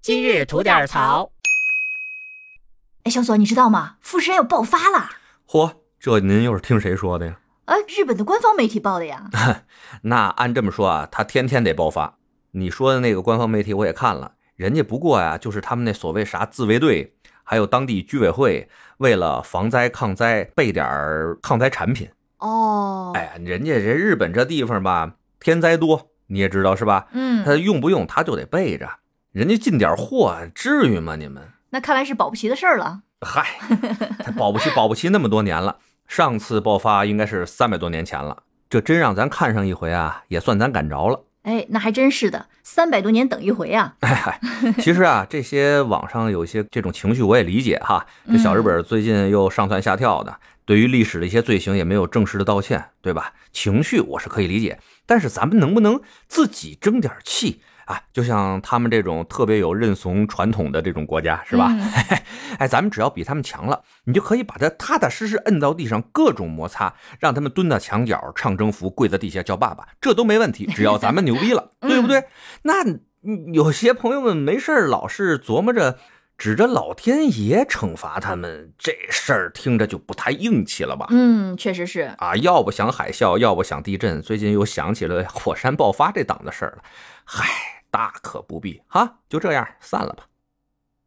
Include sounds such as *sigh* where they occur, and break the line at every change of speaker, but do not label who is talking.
今日吐点槽。
哎，小左，你知道吗？富士山又爆发了。
嚯，这您又是听谁说的呀？
哎，日本的官方媒体报的
*laughs*
呀。
那按这么说啊，他天天得爆发。你说的那个官方媒体我也看了，人家不过呀、就是他们那所谓啥自卫队，还有当地居委会，为了防灾抗灾备点儿抗灾产品。
哦，
哎呀，人家这日本这地方吧，天灾多，你也知道是吧？
嗯，
他用不用他就得备着，人家进点货，至于吗？你们？
那看来是保不齐的事儿了。
嗨，他保不齐保不齐那么多年了，上次爆发应该是三百多年前了，这真让咱看上一回啊，也算咱赶着了。
哎，那还真是的，三百多年等一回啊。
其实啊，这些网上有一些这种情绪我也理解哈，这小日本最近又上蹿下跳的，对于历史的一些罪行也没有正式的道歉，对吧？情绪我是可以理解，但是咱们能不能自己争点气啊？就像他们这种特别有认怂传统的这种国家，是吧？
嗯
哎，咱们只要比他们强了，你就可以把他踏踏实实摁到地上，各种摩擦，让他们蹲到墙角唱征服，跪在地下叫爸爸，这都没问题。只要咱们牛逼了，对不对？那嗯有些朋友们没事儿老是琢磨着指着老天爷惩罚他们，这事儿听着就不太硬气了吧？
嗯，确实是。
啊，要不想海啸，要不想地震，最近又想起了火山爆发这档子事儿了。嗨，大可不必哈，就这样散了吧。